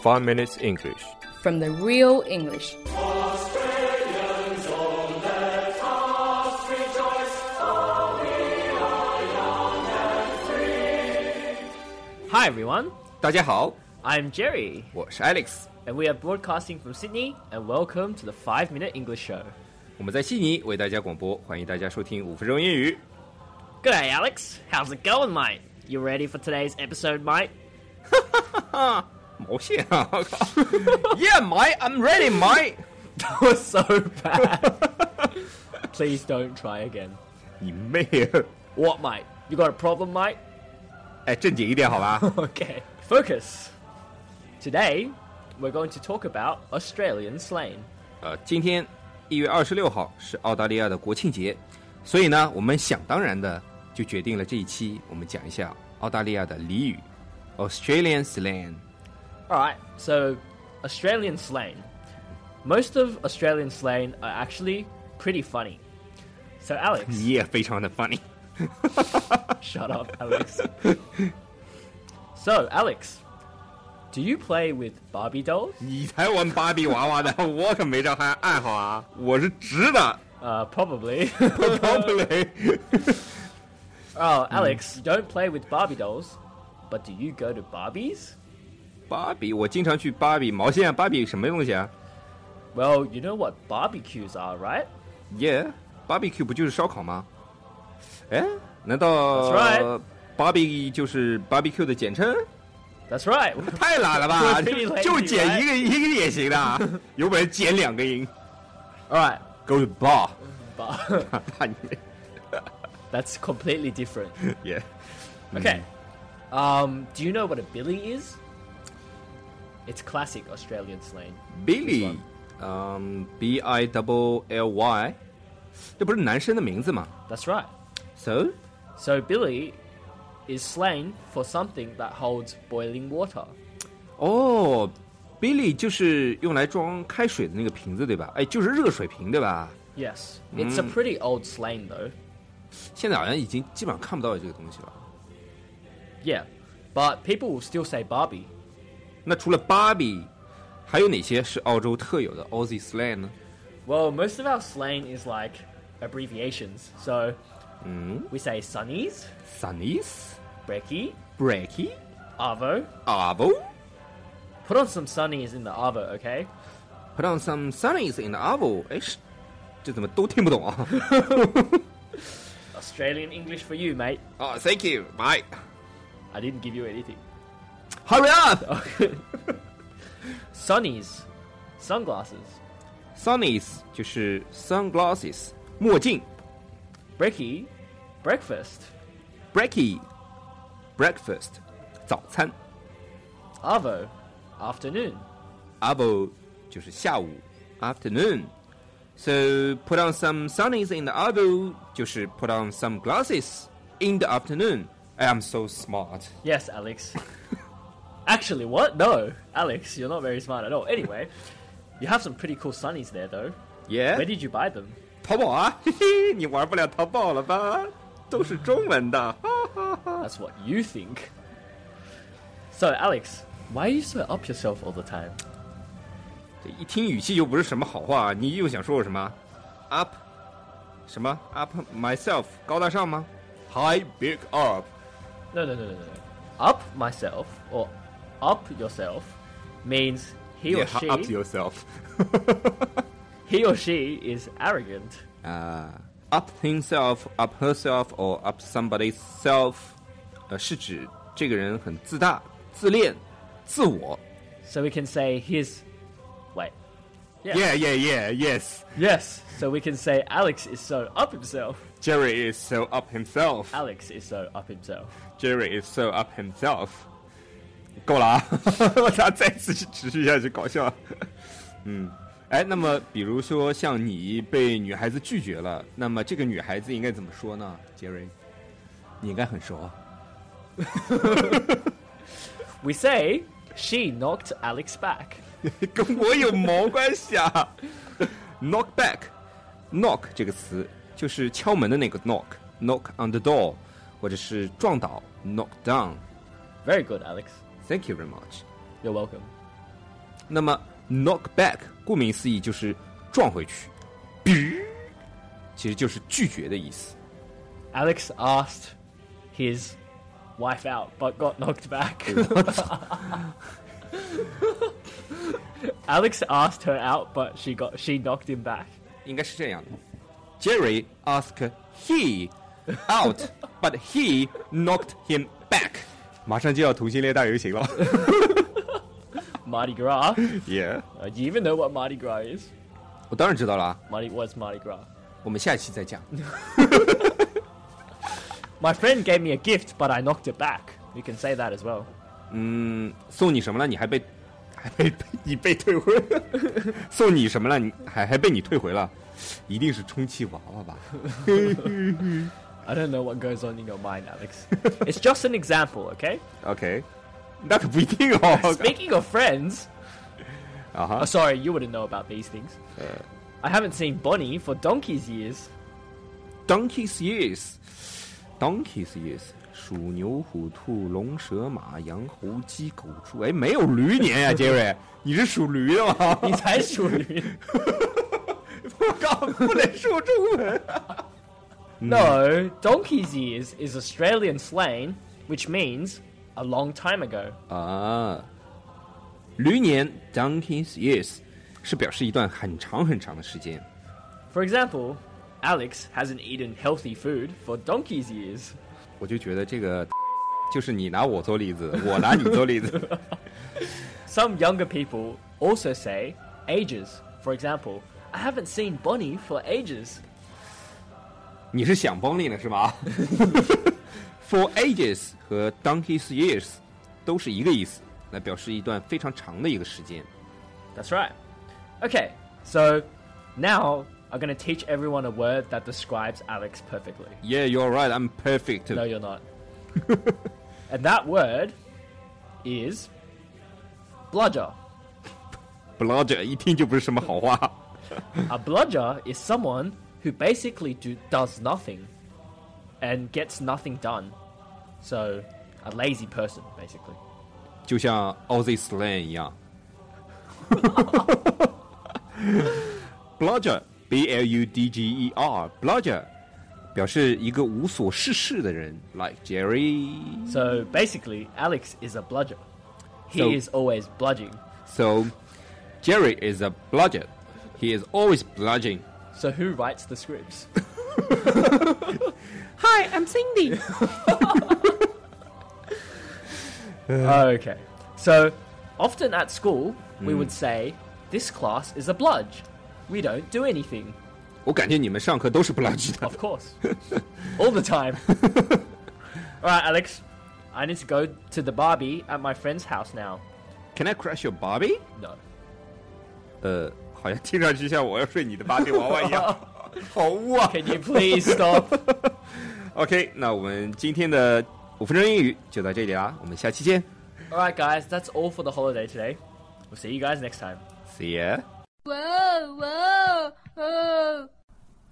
5 Minutes English. from the real English. Hi everyone, 大家好， I'm Jerry, 我是 Alex， and we are broadcasting from Sydney, and welcome to the 5 Minute English Show. 我们在悉尼为大家广播，欢迎大家收听五分钟英语。 G'day Alex, how's it going mate? You ready for today's episode mate? 毛线啊 我靠！Yeah, my, I'm ready, my。 That was so bad. Please don't try again. 你妹啊！ What mate? You got a problem mate? 哎，正经一点好吧？ Okay, focus. Today, we're going to talk about Australian slang. 呃，今天一月二十六号是澳大利亚的国庆节，所以呢，我们想当然的就决定了这一期我们讲一下澳大利亚的俚语 Australian slang。 Alright, so Australian slang. Most of Australian slang are actually pretty funny. So, Alex. 你也非常的 funny。 Shut up, Alex. so, Alex, do you play with Barbie dolls? 你才玩芭比娃娃的，我可没这还爱好啊，我是直的。 Uh, probably. Probably. oh, Alex, you don't play with Barbie dolls, but do you go to Barbies? 芭比，我经常去芭比毛线啊，芭比什么东西啊 Well, you know what barbecues are, right? ？Yeah，芭比 Q 不就是烧烤吗？哎，难道 That's right. 芭比就是芭比 Q 的简称？ That's right. 太懒了吧， We're pretty 就就 lazy, 减一个一个也行的，有本事减两个音。 All right. Go to bar， But 大你 that's completely different. 也嗯 Okay. Um, do you know what a billy is? It's classic Australian slang. Billy，嗯，B I double L Y，这不是男生的名字吗 That's right. ？So So Billy is slang for something that holds boiling water. 哦、b i l l y 就是用来装开水的那个瓶子对吧？哎，就是热水瓶对吧？ Yes, it's a pretty old slang though. 现在好像已经基本上看不到这个东西了。 Yeah, but people will still say Barbie. 那除了芭比，还有哪些是澳洲特有的 Aussie slang 呢？ Well, most of our slang is like abbreviations. So we say Sunnies, Sunnies、 Brekkie, Breaky、 Arvo. Arvo。 Put on some Sunnies in the Arvo, okay? Put on some sunnies in the oven。哎，是这怎么都听不懂啊？ Australian English for you, mate. 啊、t h a n k you, Mike. I didn't give you anything. Hurry up. Sunnies, sunglasses. Sunnies 就是 sunglasses 墨镜 Brekkie, breakfast. ，breaky breakfast 早餐 Arvo, afternoon. a v o 就是下午 afternoon。So put on some sunnies in the a v o 就是 put on some glasses in the afternoon. I am so smart. Yes, Alex. Actually, what? No, Alex, you're not very smart at all. Anyway, you have some pretty cool sunnies there, though. Where Yeah， did you buy them? 淘宝啊，嘿嘿，你玩不了淘宝了吧？都是中文的。哈 That's what you think. So, Alex, why are you so up yourself all the time? 这一听语气就不是什么好话，你又想说我什么？Up，什么 Up myself 高大上吗？High big up， No, no, no, no, no. Up myself or up yourself means he or Yeah, up she, yourself， he or she is arrogant. 啊、u p himself, up herself or up somebody's self，呃，是指这个人很自大、自恋、自我。 So we can say his. Wait. Yeah, yeah, yeah, yes. Yes. So we can say Alex is so up himself. Jerry is so up himself. Alex is so up himself. Jerry is so up himself。够了啊！ 我操，再次持续下去搞笑。 嗯，哎，那么比如说像你被女孩子拒绝了，那么这个女孩子应该怎么说呢？杰瑞，你应该很熟。啊 We say she knocked Alex back. 跟我有毛关系啊？Knock back，knock 这个词就是敲门的那个 knock，knock on the door，或者是撞倒 knock down。 Very good, Alex. Thank you very much。 You're welcome. 那么 knock back 顾名思义就是撞回去，其实就是拒绝的意思。 Alex asked his wife out, but got knocked back. Alex asked her out, but she got she knocked him back. 应该是这样的。Jerry asked he out, but he knocked him back。马上就要同性恋大游行了 Mardi Gras. ，Yeah！ Uh, do you even know what Mardi Gras is? 我当然知道了啊， Mardi what's Mardi Gras? 我们下一期再讲。 My friend gave me a gift, but I knocked it back. You can say that as well. 嗯，送你什么了？你还被还被你被退回？送你什么了？你还还被你退回了？一定是充气娃娃吧？ I don't know what goes on in your mind, Alex. it's just an example, okay? OK，那可不一定哦。 Speaking of friends, 啊 oh, 哈， sorry, you wouldn't know about these things. I haven't seen Bonnie for donkey's years. Donkey's years，Donkey's years，鼠、牛、虎、兔、龙、蛇、马、羊、猴、鸡、狗、猪。哎，没有驴年呀、杰瑞，你是属驴的 吗？你才属驴。我靠，不能说中文。 no, donkey's years is Australian slang, which means a long time ago. 啊，驴年 Donkey's years 是表示一段很长很长的时间。 For example, Alex hasn't eaten healthy food for donkey's years. 我就觉得这个 就是你拿我做例子，我拿你做例子。 Some younger people also say ages. For example, I haven't seen Bonnie for ages. 你是想帮你呢是吗 ？For ages 和 Donkey's years 都是一个意思，来表示一段非常长的一个时间。 That's right. Okay, so now I'm going to teach everyone a word that describes Alex perfectly. Yeah, you're right. I'm perfect. No, you're not. and that word is bludger. Bludger 一听就不是什么好话。 A bludger is someone who basically do, does nothing and gets nothing done. So, a lazy person, basically. 就像 Ozzy Slan 一样。Bludger B L U D G E R Bludger 表示一个无所事事的人，like Jerry。 So, basically, Alex is a bludger. He So- is always bludging. So Jerry is a bludger. He is always bludging. So, who writes the scripts? Hi, I'm Cindy. Oh, okay. So, often at school, we would say, This class is a bludge. We don't do anything. 我感觉你们上课都是 bludger 的。 Of course. All the time. Alright, Alex. I need to go to the Barbie at my friend's house now. Can I crash your Barbie？ No. 呃，好像听上去像我要睡你的芭比娃娃一样， 好污啊！ Can you please stop? OK，那我们今天的五分钟英语就到这里啦，我们下期见 Alright, guys, that's all for the holiday today. We'll see you guys next time. ，See ya。 Whoa, whoa, oh. whoa.